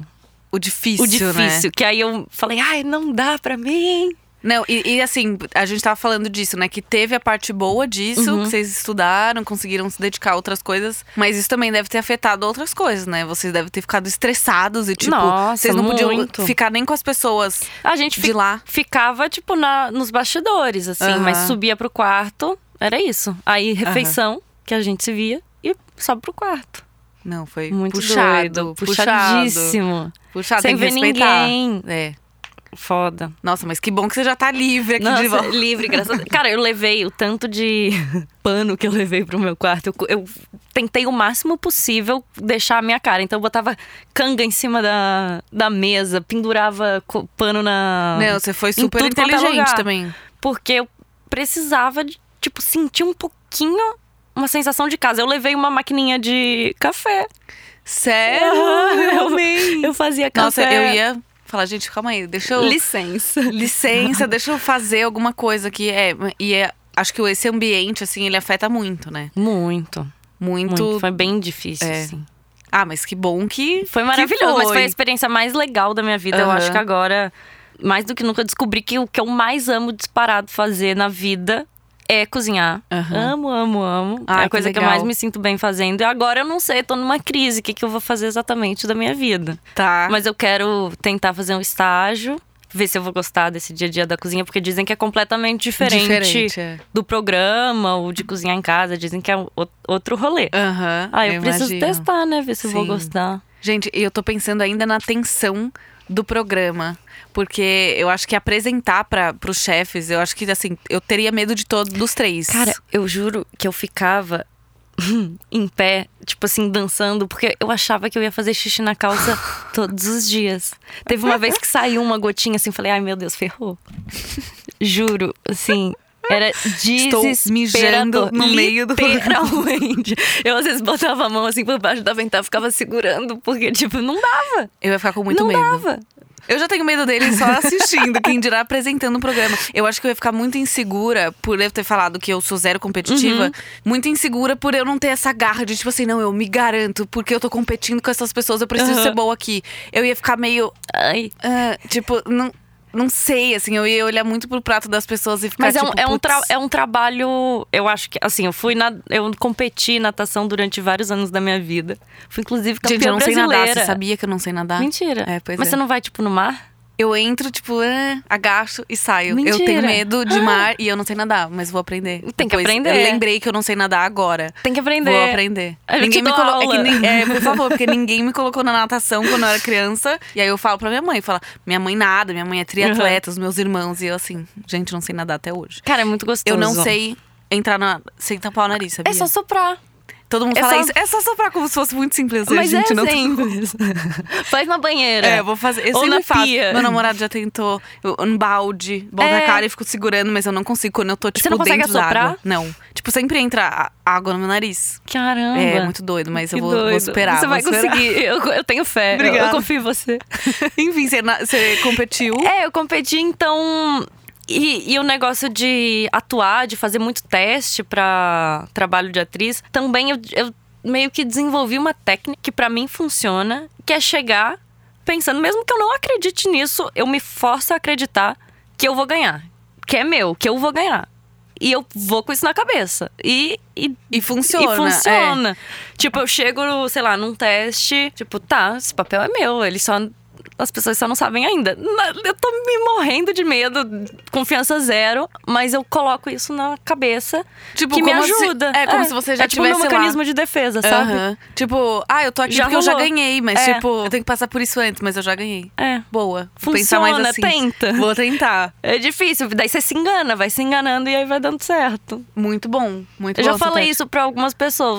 o difícil, o difícil. né? Que aí eu falei, ai, não dá pra mim. Não, e, e assim, a gente tava falando disso, né? Que teve a parte boa disso, Uhum. que vocês estudaram, conseguiram se dedicar a outras coisas. Mas isso também deve ter afetado outras coisas, né? Vocês devem ter ficado estressados e, tipo, Nossa, vocês não muito. podiam ficar nem com as pessoas A gente de fi- lá. ficava, tipo, na, nos bastidores, assim, Aham. mas subia pro quarto, era isso. Aí, refeição, que a gente se via, e sobe pro quarto. Não, foi Muito puxado, doido. puxado. Puxadíssimo. Puxado, tem Sem que ver respeitar. ninguém. É. Foda. Nossa, mas que bom que você já tá livre aqui de Nossa, volta. livre, graças a Deus. Cara, eu levei o tanto de pano que eu levei pro meu quarto. Eu, co- eu tentei o máximo possível deixar a minha cara. Então eu botava canga em cima da, da mesa, pendurava co- pano na. Não, você foi Em super tudo quanto é inteligente lugar. também. porque eu precisava, de, tipo, sentir um pouquinho uma sensação de casa. Eu levei uma maquininha de café. Sério? eu, É, amei. eu fazia café. Nossa, eu ia falar, gente, calma aí, deixa eu. Licença. Licença, deixa eu fazer alguma coisa que é. E é, acho que esse ambiente, assim, ele afeta muito, né? Muito, Muito. muito. Foi bem difícil, É. assim. Ah, mas que bom que. Foi que maravilhoso, mas foi a foi. experiência mais legal da minha vida. Eu Aham. acho que agora, mais do que nunca, eu descobri que o que eu mais amo disparado fazer na vida é cozinhar. Aham. Amo, amo, amo. Ai, é que a coisa que, eu legal. mais me sinto bem fazendo. E agora eu não sei, tô numa crise. O que, que eu vou fazer exatamente da minha vida? Tá. Mas eu quero tentar fazer um estágio, ver se eu vou gostar desse dia a dia da cozinha, porque dizem que é completamente diferente, Diferente, é. do programa ou de cozinhar em casa. Dizem que é o- outro rolê. Aham. Ah, eu, preciso imagino. testar, né? Ver se eu vou Sim. gostar. Gente, eu tô pensando ainda na tensão do programa. Porque eu acho que apresentar para os chefes, eu acho que, assim, eu teria medo de todos dos três. Cara, eu juro que eu ficava em pé, tipo assim, dançando, porque eu achava que eu ia fazer xixi na calça todos os dias. Teve uma vez que saiu uma gotinha assim, falei, ai meu Deus, ferrou. Juro, assim. Era Estou mijando desesperador. no meio do- Literalmente. Eu às vezes botava a mão assim por baixo da ventana, ficava segurando, porque, tipo, não dava. Eu ia ficar com muito não medo. dava. Eu já tenho medo dele só assistindo, quem dirá apresentando o programa. Eu acho que eu ia ficar muito insegura por eu ter falado que eu sou zero competitiva. Uhum. Muito insegura por eu não ter essa garra de tipo assim, não, eu me garanto, porque eu tô competindo com essas pessoas, eu preciso Uhum. ser boa aqui. Eu ia ficar meio. Ai. ah, tipo, não. Não sei, assim, eu ia olhar muito pro prato das pessoas e ficar Mas é um, tipo, é, um tra- "Putz". é um trabalho, eu acho que, assim, eu fui na. Eu competi em natação durante vários anos da minha vida. Fui, inclusive, campeã Gente, eu não sei um brasileira. nadar, você sabia que eu não sei nadar? Mentira. É, pois Mas é. você não vai, tipo, no mar? Eu entro, tipo, ah, agacho e saio. Eu Mentira. Ah. tenho medo de mar e eu não sei nadar, mas vou aprender. Tem que Depois, aprender. Eu lembrei que eu não sei nadar agora. Tem que aprender. Vou aprender. Eu te me dou colo- é, que aula. nin- é, por favor, porque ninguém me colocou na natação quando eu era criança. E aí eu falo pra minha mãe, fala, minha mãe nada, Uhum. minha mãe é triatleta, os meus irmãos. E eu assim, gente, não sei nadar até hoje. Cara, é muito gostoso. Eu não sei entrar na. sem tampar o nariz, sabia? É só soprar. Todo mundo é fala só- isso. É só soprar como se fosse muito simples. Mas gente, é não simples. Faz na banheira. É, eu vou fazer. Eu Ou sempre na faço. pia. Meu namorado já tentou eu- um balde, boto É. na cara e fico segurando, mas eu não consigo quando eu tô, tipo, não consegue dentro da assoprar? água. Não. Tipo, sempre entra a- água no meu nariz. Caramba. É muito doido, mas eu Que vou, vou doido. superar. Você vou vai superar. conseguir. Eu, eu tenho fé. Eu- Eu, Obrigada. confio em você. Enfim, você, na- você competiu. É, eu competi, então. E, e o negócio de atuar, de fazer muito teste pra trabalho de atriz, também eu, eu meio que desenvolvi uma técnica que pra mim funciona, que é chegar pensando, mesmo que eu não acredite nisso, eu me forço a acreditar que eu vou ganhar. Que é meu, que eu vou ganhar. E eu vou com isso na cabeça. E- e E funciona. é. E funciona. Tipo, eu chego, sei lá, num teste, tipo, tá, esse papel é meu, ele só. As pessoas só não sabem ainda. Na- Eu tô me morrendo de medo, confiança zero, mas eu coloco isso na cabeça. é. Tipo, que me como se- ajuda. é, como se você já é, tipo, meu tivesse lá. mecanismo de defesa, sabe? Aham. Tipo, ah, eu tô aqui Já porque eu já rolou. ganhei, mas É. tipo, eu tenho que passar por isso antes, mas eu já ganhei. É. Boa. Vou pensar mais Funciona, assim. tenta. Vou tentar. É difícil, daí você se engana, vai se enganando e aí vai dando certo. Muito bom. Muito Eu bom. já essa falei técnica. isso pra algumas pessoas.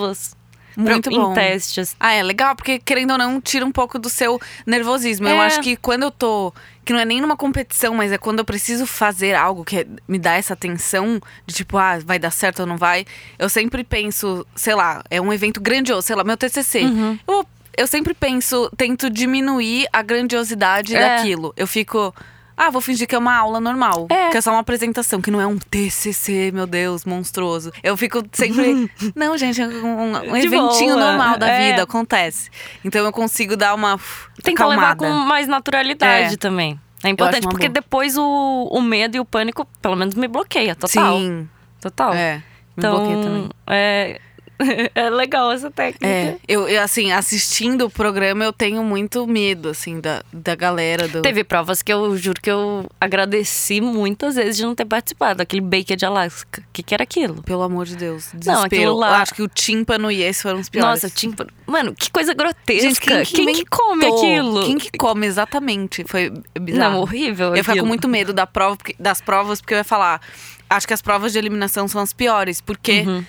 pra- tá. Muito bom. Em testes. Ah, é legal, porque querendo ou não, tira um pouco do seu nervosismo. Eu É. acho que quando eu tô. Que não é nem numa competição, mas é quando eu preciso fazer algo que me dá essa tensão de tipo, ah, vai dar certo ou não vai. Eu sempre penso, sei lá, é um evento grandioso, sei lá, meu TCC. Uhum. Eu, vou- eu sempre penso, tento diminuir a grandiosidade É. daquilo. Eu fico. Ah, vou fingir que é uma aula normal. É. Que é só uma apresentação, que não é um TCC, meu Deus, monstruoso. Eu fico sempre. não, gente, é um, um um De eventinho boa, normal da é. vida, acontece. Então eu consigo dar uma uf, Tenta levar acalmada. com um mais naturalidade É. também. É acho importante, uma porque boa. depois o, o medo e o pânico, pelo menos, me bloqueia total. Sim, Total. é. Me então, bloqueia também. É, é legal essa técnica. É, eu, eu, assim, assistindo o programa, eu tenho muito medo, assim, da, da galera do. Teve provas que eu juro que eu agradeci muitas vezes de não ter participado. Aquele Baker de Alaska. O que, que era aquilo? Pelo amor de Deus, desespero. aquilo lá- Eu acho que o tímpano e esse foram os piores. Nossa, tinha. um Mano, que coisa grotesca. Gente, quem que, inventou? come aquilo? Quem que come exatamente? Foi bizarro. Não, horrível. Eu ia ficar com aquilo. muito medo da prova, porque- das provas, porque eu ia falar. Acho que as provas de eliminação são as piores, porque Uhum.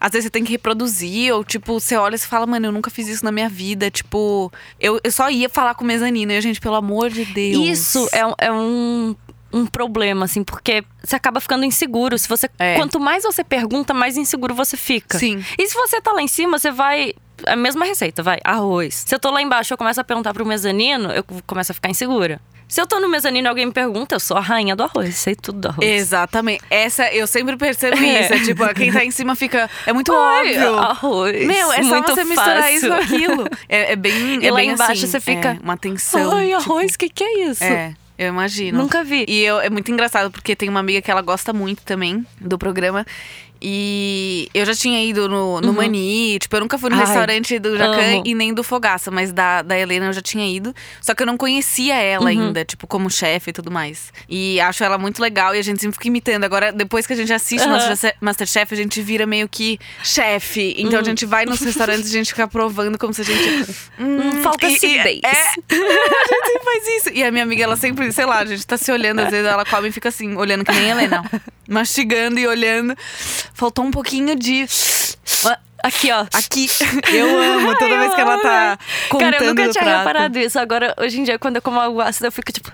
às vezes você tem que reproduzir, ou tipo, você olha e você fala, mano, eu nunca fiz isso na minha vida. Tipo, eu, eu só ia falar com mezanina, e eu, gente, pelo amor de Deus. Isso é, um- é um, um problema, assim, porque você acaba ficando inseguro. Se você, É. Quanto mais você pergunta, mais inseguro você fica. Sim. E se você tá lá em cima, você vai. é A mesma receita, vai. Arroz. Se eu tô lá embaixo, eu começo a perguntar pro mezanino, eu começo a ficar insegura. Se eu tô no mezanino e alguém me pergunta, eu sou a rainha do arroz, sei tudo do É, arroz. Exatamente. Essa, eu sempre percebo isso. É tipo, quem tá em cima fica. É muito Ai, óbvio. Arroz. Meu, é só muito você misturar fácil. isso com aquilo. É, é bem. E é lá bem embaixo assim, você fica, é, uma tensão. Ai, tipo, arroz, o que, que é isso? É, eu imagino. Nunca vi. E eu, é muito engraçado, porque tem uma amiga que ela gosta muito também do programa. E eu já tinha ido no, no Mani, tipo, eu nunca fui no Uhum. Ai, restaurante do Jacan amo. e nem do Fogaça, mas da, da Helena eu já tinha ido. Só que eu não conhecia Uhum. ela ainda, tipo, como chefe e tudo mais. E acho ela muito legal e a gente sempre fica imitando. Agora, depois que a gente assiste Aham. Master- Masterchef, a gente vira meio que chefe. Então Uhum. a gente vai nos restaurantes e a gente fica provando como se a gente. Hum, falta E- e- acidez. É, a gente sempre faz isso. E a minha amiga, ela sempre, sei lá, a gente tá se olhando, às vezes ela come e fica assim, olhando que nem ela, não. Mastigando e olhando. Faltou um pouquinho de. Aqui, ó. Aqui. Eu amo toda Ai, vez que ela tá contando Cara, eu nunca do tinha prato. reparado isso. Agora, hoje em dia, quando eu como algo ácido, eu fico tipo,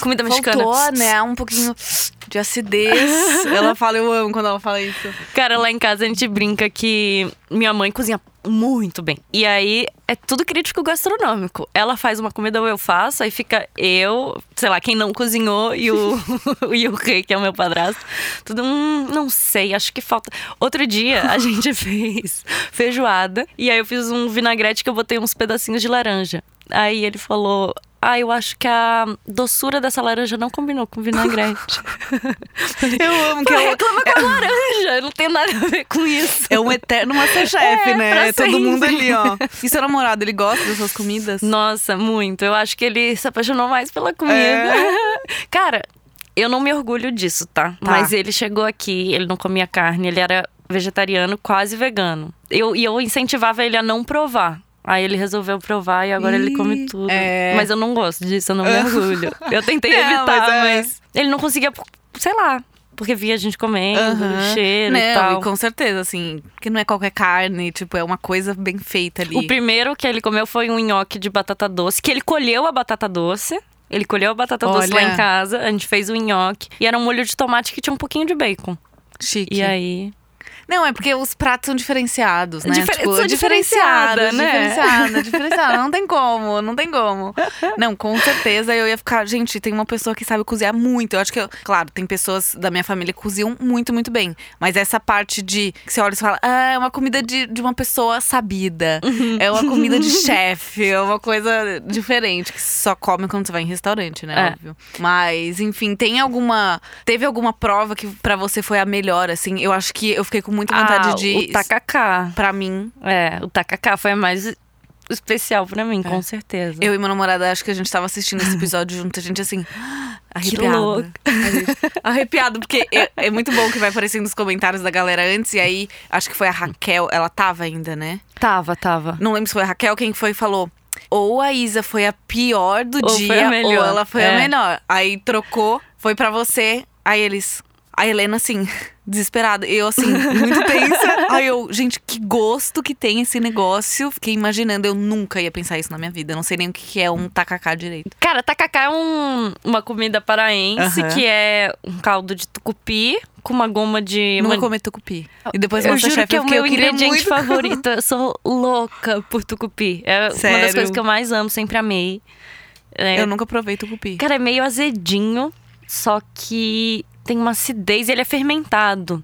comida mexicana. Faltou, né? Um pouquinho de acidez. ela fala, eu amo quando ela fala isso. Cara, lá em casa a gente brinca que minha mãe cozinha muito bem. E aí é tudo crítico gastronômico. Ela faz uma comida ou eu faço, aí fica eu, sei lá, quem não cozinhou e o, e o rei, que é o meu padrasto. Tudo, hum, não sei, acho que falta. Outro dia a gente fez feijoada e aí eu fiz um vinagrete que eu botei uns pedacinhos de laranja. Aí ele falou. Ah, eu acho que a doçura dessa laranja não combinou com o vinagrete. Eu amo que é Pô, eu. reclama com a laranja, não tem nada a ver com isso. um- É um eterno Masterchef, É, pra né? É todo mundo ali, sempre. ó. E seu namorado, ele gosta das suas comidas? Nossa, muito. Eu acho que ele se apaixonou mais pela comida. É. Cara, eu não me orgulho disso, tá? Mas ele chegou aqui, ele não comia carne, ele era vegetariano, quase vegano. Eu, e eu incentivava ele a não provar. Aí ele resolveu provar e agora ele come Ih, tudo. é. Mas eu não gosto disso, eu não me orgulho. Eu tentei Não, evitar, mas mas, é. ele não conseguia, sei lá, porque via a gente comendo, Aham. o cheiro e Não, tal. com certeza, assim, que não é qualquer carne, tipo, é uma coisa bem feita ali. O primeiro que ele comeu foi um nhoque de batata doce, que ele colheu a batata doce. Ele colheu a batata doce lá Olha. em casa, a gente fez o nhoque. E era um molho de tomate que tinha um pouquinho de bacon. Chique. E aí. É Não, é porque os pratos são diferenciados, né? Difer- sou diferenciada, né? Diferenciada, diferenciada. assim, "Ah, Não tem como, não tem como. Não, com certeza eu ia ficar. Gente, tem uma pessoa que sabe cozinhar muito. Eu acho que, eu- claro, tem pessoas da minha família que cozinham muito, muito bem. Mas essa parte de que você olha e fala, ah, é uma comida de, de uma pessoa sabida. Uhum. É uma comida de chefe. É uma coisa diferente, que só come quando você vai em restaurante, né? É. Óbvio. Mas, enfim, tem alguma. Teve alguma prova que pra você foi a melhor, assim? Eu acho que eu fiquei com muita vontade Ah, de. O tacacá. Pra mim, É, o tacacá foi a mais especial pra mim, com certeza. É. eu e meu namorado, acho que a gente tava assistindo esse episódio junto, a gente assim, arrepiado. louco. Arrepiado, porque é, é muito bom que vai aparecendo os comentários da galera antes, e aí acho que foi a Raquel, ela tava ainda, né? Tava, tava. Não lembro se foi a Raquel quem foi e falou. Ou a Isa foi a pior do Ou foi dia, a melhor." ou ela foi É. a melhor. Aí trocou, foi pra você, aí eles. A Helena, assim, desesperada. Eu, assim, muito tensa. Aí eu, gente, que gosto que tem esse negócio. Fiquei imaginando, eu nunca ia pensar isso na minha vida. Eu Não sei nem o que que é um tacacá direito. Cara, tacacá é um- uma comida paraense Aham. que é um caldo de tucupi com uma goma de. Eu nunca uma- comi tucupi. E depois eu juro Masterchef, que é o porque meu eu queria ingrediente muito. favorito. Eu sou louca por tucupi. É uma das Sério? coisas que eu mais amo, sempre amei. É, Eu nunca provei tucupi. Cara, é meio azedinho, só que tem uma acidez e ele é fermentado.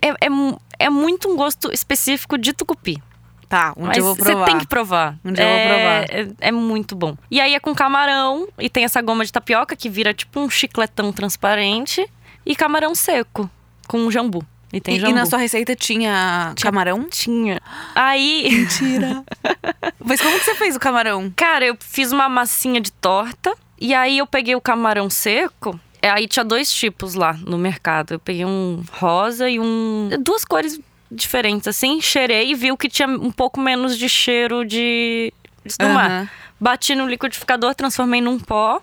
É, é, mu- é muito um gosto específico de tucupi. Tá, um dia mas eu vou você provar. tem que provar. Um dia eu vou é, provar. É, é muito bom. E aí é com camarão e tem essa goma de tapioca que vira tipo um chicletão transparente e camarão seco com jambu. E tem E- jambu. e na sua receita tinha camarão? Tinha. Aí, Mentira. Mas como que você fez o camarão? cara, eu fiz uma massinha de torta. E aí eu peguei o camarão seco. é, Aí tinha dois tipos lá no mercado. Eu peguei um rosa e um. Duas cores diferentes, assim. Cheirei e vi o que tinha um pouco menos de cheiro de. do mar. Aham. Bati no liquidificador, transformei num pó.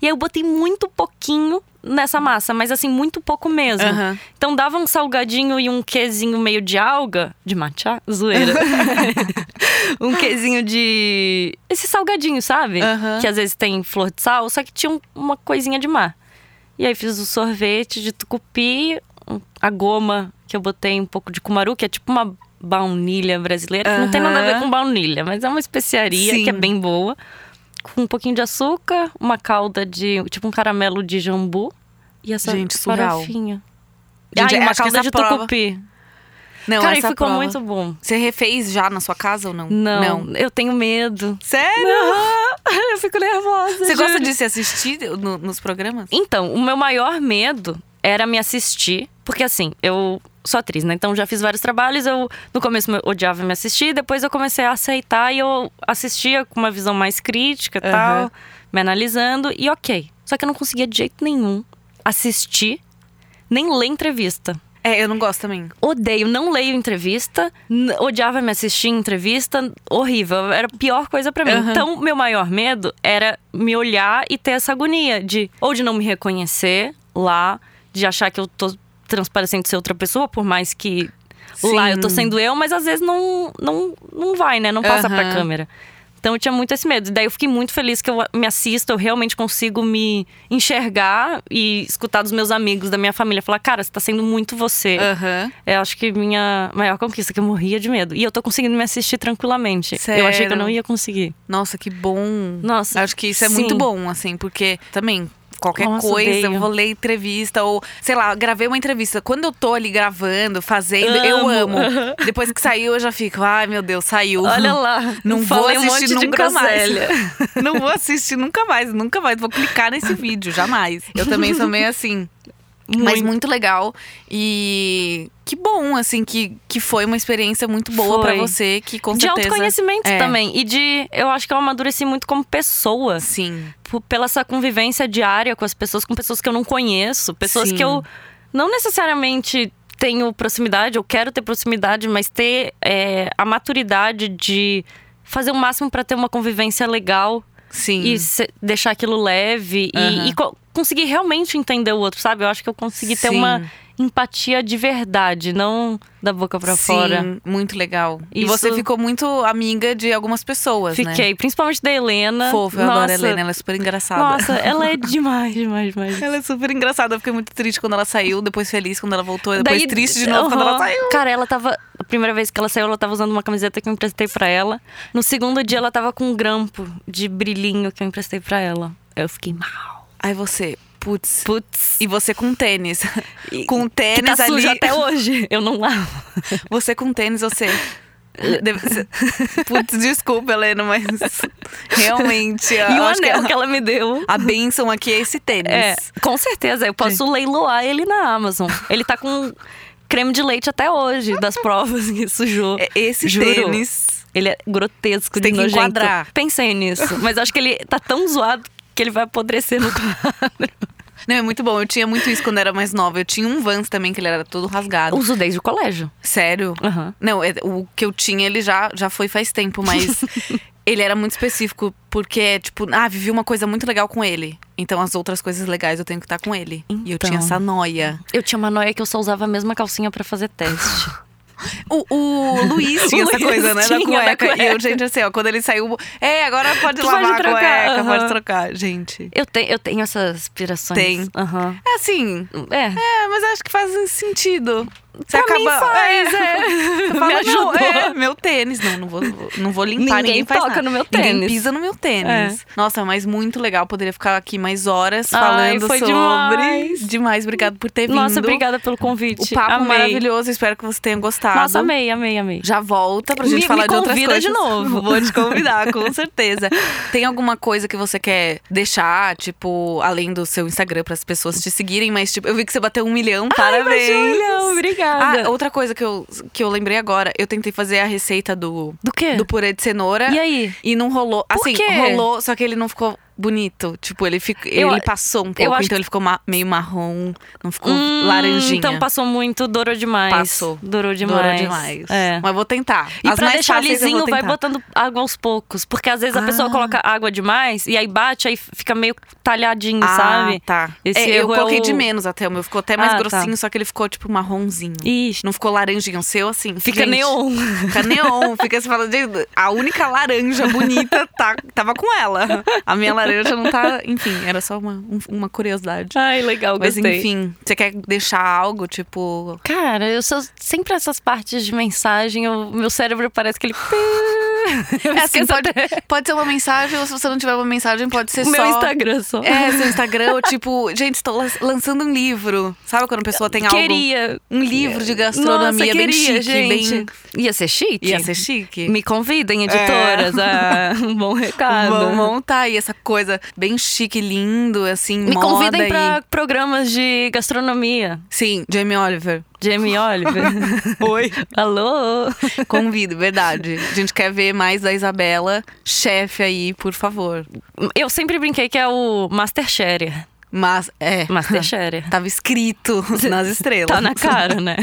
E aí eu botei muito pouquinho nessa massa, mas assim, muito pouco mesmo. Aham. Então dava um salgadinho e um quezinho meio de alga. De matcha? Zoeira. um quezinho de. Esse salgadinho, sabe? Aham. Que às vezes tem flor de sal, só que tinha um- uma coisinha de mar. E aí fiz o sorvete de tucupi, um- a goma que eu botei um pouco de cumaru, que é tipo uma baunilha brasileira, que não tem nada a ver Aham. com baunilha, mas é uma especiaria que é Sim. bem boa. Com um pouquinho de açúcar, uma calda de. tipo um caramelo de jambu. E essa Gente, surreal. farofinha. Gente, ah, e uma acho que calda essa de prova- tucupi. Não, Cara, e essa ficou prova- muito bom. Você refez já na sua casa ou não? Não, eu tenho medo. Sério? eu fico nervosa. Você juro. gosta de se assistir no- nos programas? Então, o meu maior medo era me assistir, porque assim, eu sou atriz, né? Então já fiz vários trabalhos, eu no começo eu odiava me assistir, depois eu comecei a aceitar e eu assistia com uma visão mais crítica e tal, Aham. me analisando e OK. Só que eu não conseguia de jeito nenhum assistir nem ler entrevista. É, eu não gosto também. Odeio, não leio entrevista, n- odiava me assistir em entrevista, horrível, era a pior coisa pra mim. Aham. Então, meu maior medo era me olhar e ter essa agonia de ou de não me reconhecer lá, de achar que eu tô transparecendo ser outra pessoa, por mais que lá eu tô Sim. sendo eu, mas às vezes não não, não vai, né? Não passa pra Aham. câmera. Então eu tinha muito esse medo. E Daí eu fiquei muito feliz que eu me assisto, eu realmente consigo me enxergar e escutar dos meus amigos, da minha família, falar: cara, você tá sendo muito você. Aham. Eu É, acho que minha maior conquista, que eu morria de medo. E eu tô conseguindo me assistir tranquilamente. Eu achei que eu Sério? não ia conseguir. Nossa, que bom. Nossa, Acho que isso é sim. muito bom, assim, porque também. Qualquer Nossa, coisa, odeio. eu vou ler entrevista ou, sei lá, gravei uma entrevista. Quando eu tô ali gravando, fazendo, eu amo. Amo. Depois que saiu, eu já fico, ai meu Deus, saiu. Olha lá. Não vou falei um monte assistir de nunca mais. groselha. Não vou assistir nunca mais, nunca mais. Vou clicar nesse vídeo, jamais. Eu também sou meio assim. Mas Muito. muito legal. E que bom, assim, que, que foi uma experiência muito boa pra Foi. você, que com de certeza. autoconhecimento É. também. E de. Eu acho que eu amadureci muito como pessoa. Sim. por- pela essa convivência diária com as pessoas, com pessoas que eu não conheço, pessoas Sim. que eu não necessariamente tenho proximidade, eu quero ter proximidade, mas ter é, a maturidade de fazer o máximo para ter uma convivência legal Sim. e se- deixar aquilo leve e- Aham. e, co- consegui realmente entender o outro, sabe? Eu acho que eu consegui ter Sim. uma empatia de verdade, não da boca pra fora. Sim, muito legal. E Isso- você ficou muito amiga de algumas pessoas, né? Fiquei, principalmente da Helena. Fofa, eu adoro Nossa, a Helena, ela é super engraçada. Nossa, ela é demais, demais, demais. Ela é super engraçada, eu fiquei muito triste quando ela saiu, depois feliz quando ela voltou, depois Daí- triste de novo quando Aham. ela saiu. Cara, ela tava. A primeira vez que ela saiu, ela tava usando uma camiseta que eu emprestei pra ela. No segundo dia, ela tava com um grampo de brilhinho que eu emprestei pra ela. Eu fiquei mal. Aí você, putz. Putz. E você com tênis. E- com que tênis tá ali. sujo até hoje. Eu não lavo. Você com tênis, você. Deve ser- Putz, desculpa, Helena, mas realmente. eu e o acho que anel que ela me deu. a bênção aqui é esse tênis. É, com certeza. Eu posso leiloar ele na Amazon. Ele tá com creme de leite até hoje, das provas que sujou. É Esse Juro. tênis. Ele é grotesco, Tem de que nojento. enquadrar. Pensei nisso. Mas acho que ele tá tão zoado que ele vai apodrecer no quadro. Não, é muito bom. Eu tinha muito isso quando era mais nova. Eu tinha um Vans também, que ele era todo rasgado. Uso desde o colégio. Sério? Aham. Não, é- o que eu tinha, ele já, já foi faz tempo, mas ele era muito específico, porque é tipo, ah, vivi uma coisa muito legal com ele. Então as outras coisas legais eu tenho que estar com ele. E eu Então. tinha essa noia. Eu tinha uma noia que eu só usava a mesma calcinha pra fazer teste. O, o Luiz tinha O essa Luiz coisa, né? Da tinha, cueca. da cueca. E eu, gente, assim, ó, quando ele saiu. É, agora pode Tu lavar pode a trocar, cueca, aham. pode trocar. Gente. eu, te, eu tenho essas aspirações. Tem. Aham. É assim. É. É, mas acho que faz sentido. Você Pra mim faz, é. Você Me fala, não, ajudou. é, meu tênis. Não, não vou, não vou limpar. Ninguém Ninguém, faz toca nada. no meu Ninguém tênis. É. pisa no meu tênis. Nossa, mas muito legal. Poderia ficar aqui mais horas Ai, falando foi sobre. demais. Demais, obrigado por ter vindo. Nossa, obrigada pelo convite. O papo amei. maravilhoso. Espero que você tenha gostado. Nossa, amei, amei, amei. Já volta pra gente Me- falar me de outras convida coisas. de novo. Vou te convidar, com certeza. Tem alguma coisa que você quer deixar, tipo, além do seu Instagram, para as pessoas te seguirem, mas tipo, eu vi que você bateu um milhão, parabéns. Julião, obrigada. Ah, outra coisa que eu, que eu lembrei agora, eu tentei fazer a receita do, Do quê? do purê de cenoura É. E aí? e não rolou. Assim, quê? rolou, só que ele não ficou bonito. Tipo, ele, fico, Eu ele a- passou um pouco, acho então que- ele ficou ma- meio marrom, não ficou Hum, laranjinha. Então passou muito, dourou demais. Passou. Dourou demais. Demais. demais. É. Mas vou tentar. E As pra mais deixar fáceis eu vou lisinho, vai tentar. botando água aos poucos. Porque às vezes a pessoa Ah. coloca água demais e aí bate, aí fica meio talhadinho, Ah, sabe? tá. Esse É, eu erro é coloquei o- de menos até o meu. Ficou até mais Ah, tá. grossinho, só que ele ficou tipo marronzinho. Ixi, Não ficou laranjinho. O seu, assim. Fica gente, neon. Fica neon. Fica se falando. gente, A única laranja bonita tá, tava com ela. A minha laranja não tá. Enfim, era só uma, um- uma curiosidade. Ai, legal, Mas Ah, gostei. enfim, você quer deixar algo, tipo. Cara, eu sou sempre essas partes de mensagem, eu- meu cérebro parece que ele. Eu É, assim, esqueço pode, até pode ser uma mensagem, ou se você não tiver uma mensagem, pode ser o meu só. Instagram só. É, seu Instagram, ou tipo, gente, estou lan- lançando um livro. Sabe quando a pessoa tem algo? Queria. Um livro de gastronomia é Nossa, bem queria, chique, gente. bem. Ia ser chique? Ia ser chique. É. Me convidem, editoras. Ah, um bom recado. Vamos montar aí essa coisa bem chique, lindo, assim, Me moda convidem e- pra programas de gastronomia. Sim, Jamie Oliver. Jamie Oliver. Oi. Alô? Convido, verdade. A gente quer ver mais da Isabela, chefe aí, por favor. Eu sempre brinquei que é o Master Share. Mas, é. Master Share. Tava escrito nas estrelas. Tá na cara, né?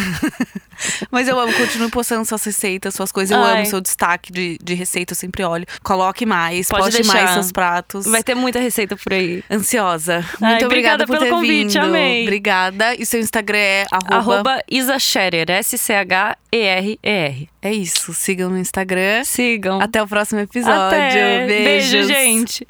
Mas eu amo, continuo postando suas receitas, suas coisas. Eu Ai. amo seu destaque de, de receita, eu sempre olho. Coloque mais, Pode poste deixar. mais seus pratos. Vai ter muita receita por aí. Ansiosa. Muito Ai, obrigada, obrigada por pelo ter convite, vindo. amei. Obrigada. E seu Instagram é arroba... Arroba Isa Scherer, S-C-H-E-R-E-R. É isso. Sigam no Instagram. Sigam. Até o próximo episódio. Até. Beijos. Beijo, gente.